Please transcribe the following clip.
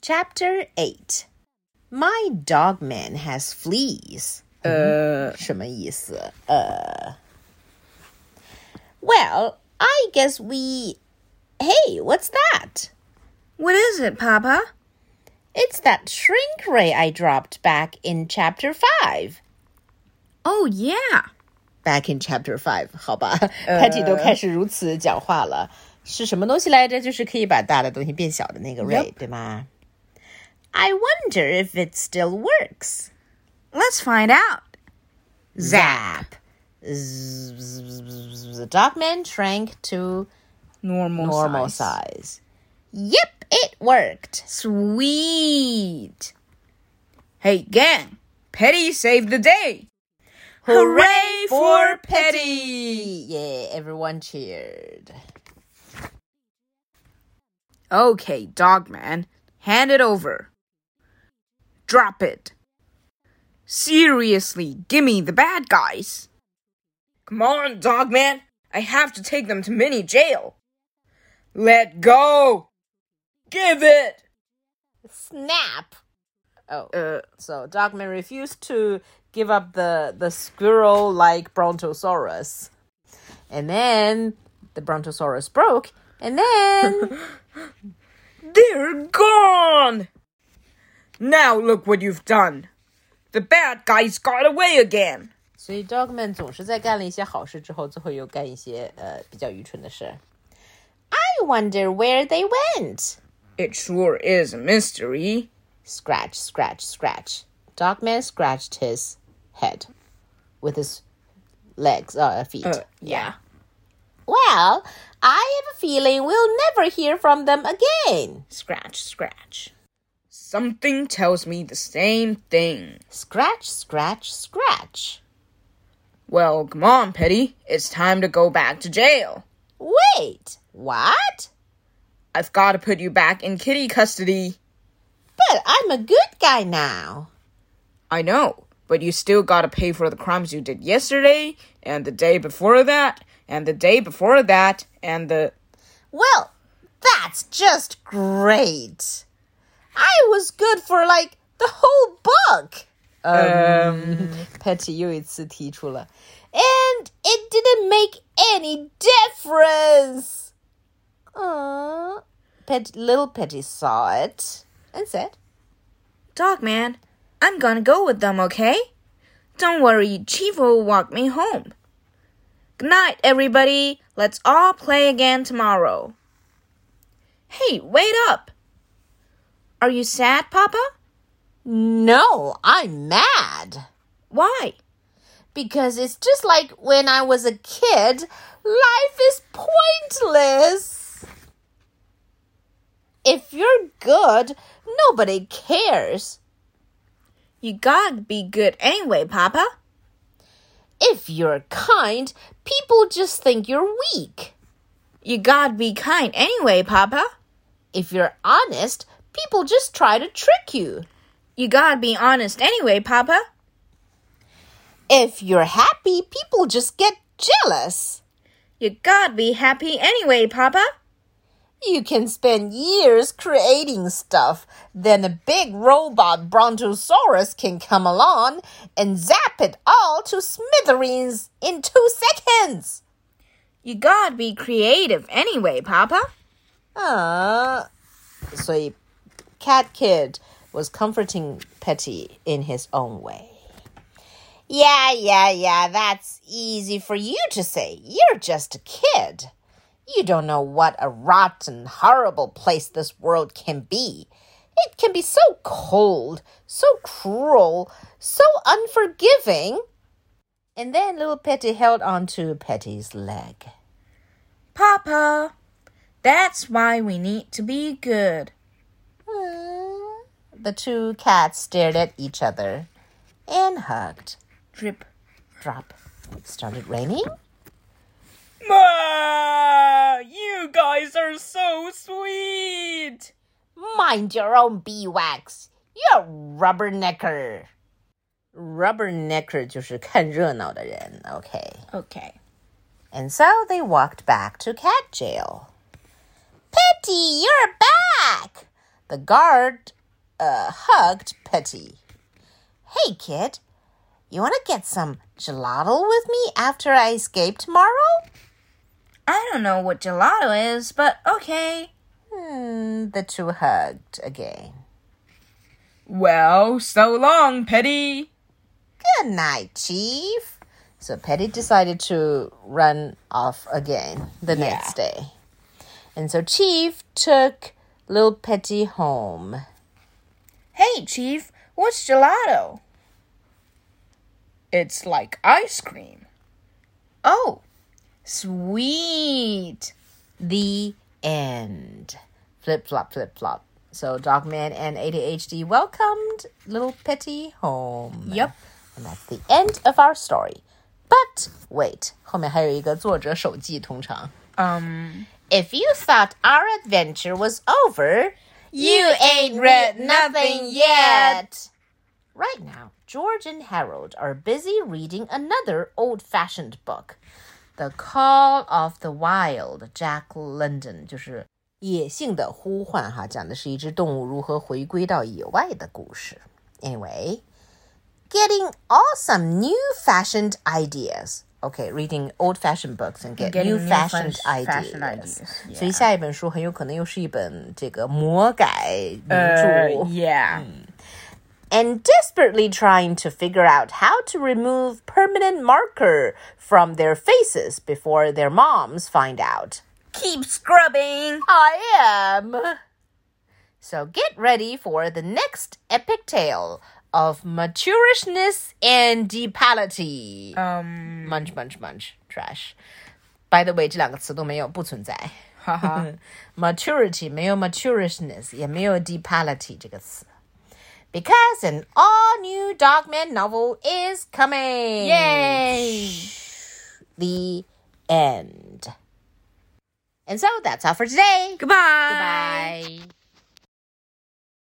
Chapter 8 My dogman has fleas. Uh, 呃，什么意思？Well, I guess we. Hey, what's that? What is it, Papa? It's that shrink ray I dropped back in chapter 5. Oh, yeah. Back in chapter 5, 好吧，Patty、都开始如此讲话了。是什么东西来着？就是可以把大的东西变小的那个 ray，、对吗？I wonder if it still works. Let's find out. Zap. Zzz, zzz, zzz, zzz. The dogman shrank to Normal, normal size. Yep, it worked. Sweet. Hey, gang. Petty saved the day. Hooray for Petty! Yeah, everyone cheered. Okay, Dogman, hand it over. Drop it. Seriously, gimme the bad guys. Come on, Dogman. I have to take them to mini jail. Let go. Give it. Snap. Oh, Uh, so dogman refused to give up the the squirrel-like brontosaurus, and then the brontosaurus broke, and then they're gone. Now look what you've done. The bad guys got away again. 所以 Dogman 总是在干了一些好事之后，最后又干一些呃比较愚蠢的事。I wonder where they went. It sure is a mystery. Scratch, scratch, scratch. Dogman scratched his head with his legs, uh, feet. yeah. well, I have a feeling we'll never hear from them again. Scratch, scratch. Something tells me the same thing. Scratch, scratch, scratch. Well, come on, Petty. It's time to go back to jail. Wait, what? I've got to put you back in kitty custody. But I'm a good guy now. I know, but you still got to pay for the crimes you did yesterday, and the day before that, and the day before that, and the. Well, that's just great. I was good for like the whole book. Um, Patty 又一次提出了, and it didn't make any difference. Aww. Pet, little Petty saw it and said, Dogman, I'm gonna go with them, okay? Don't worry, Chief will walk me home. Good night, everybody. Let's all play again tomorrow. Hey, wait up! Are you sad, Papa? "No, I'm mad." Why? because it's just like when I was a kid, life is pointless. If you're good, nobody cares. You gotta be good anyway, Papa. If you're kind, people just think you're weak. You gotta be kind anyway, Papa. If you're honest, people just try to trick you. You gotta be honest anyway, Papa. If you're happy, people just get jealous. You gotta be happy anyway, Papa. You can spend years creating stuff, then a big robot Brontosaurus can come along and zap it all to smithereens in two seconds. You gotta be creative anyway, Papa. Ah, so Cat Kid was comforting Petty in his own way. Yeah, yeah, yeah, that's easy for you to say. You're just a kid. You don't know what a rotten, horrible place this world can be. It can be so cold, so cruel, so unforgiving. And then little Petty held onto Petty's leg. Papa, that's why we need to be good. The two cats stared at each other and hugged. Drip. Drop. It started raining. Ma, you guys are so sweet. Mind your own beeswax. You're a rubbernecker. Rubbernecker 就是看热闹的人. Okay. Okay. And so they walked back to cat jail. Petty, you're back! The guard uh, hugged Petty. Hey, kid, you want to get some gelato with me after I escape tomorrow? I don't know what gelato is, but okay. Hmm, the two hugged again. Well, so long, Petty. Good night, Chief. So Petty decided to run off again the Yeah. next day. And so Chief took little Petty home. Hey, Chief, what's gelato? It's like ice cream. Oh, sweet. The end. Flip flop, flip flop. So Dogman and ADHD welcomed little Petty home. Yep. And that's the end of our story. But wait, 后面还有一个作者手记，通常。 Um, If you thought our adventure was over, you ain't read nothing yet. Right now, George and Harold are busy reading another old fashioned book, The Call of the Wild, Jack London. 就是野性的呼唤哈，讲的是一只动物如何回归到野外的故事。Anyway, getting awesome new fashioned ideas. Okay, reading old fashioned books and get Getting new new fashioned fash- ideas. fashion ideas, yeah. 所以下一本书很有可能又是一本这个魔改名著。 uh, yeah. and desperately trying to figure out how to remove permanent marker from their faces before their moms find out. Keep scrubbing. I am. So get ready for the next epic tale of maturishness and deepality. Um, munch, munch, munch, trash. By the way, 这两个词都没有，不存在。 haha. maturity 没有 maturishness 也没有 deepality 这个词。Because an all new Dogman novel is coming. Yay! The end. And so that's all for today. Goodbye. Goodbye.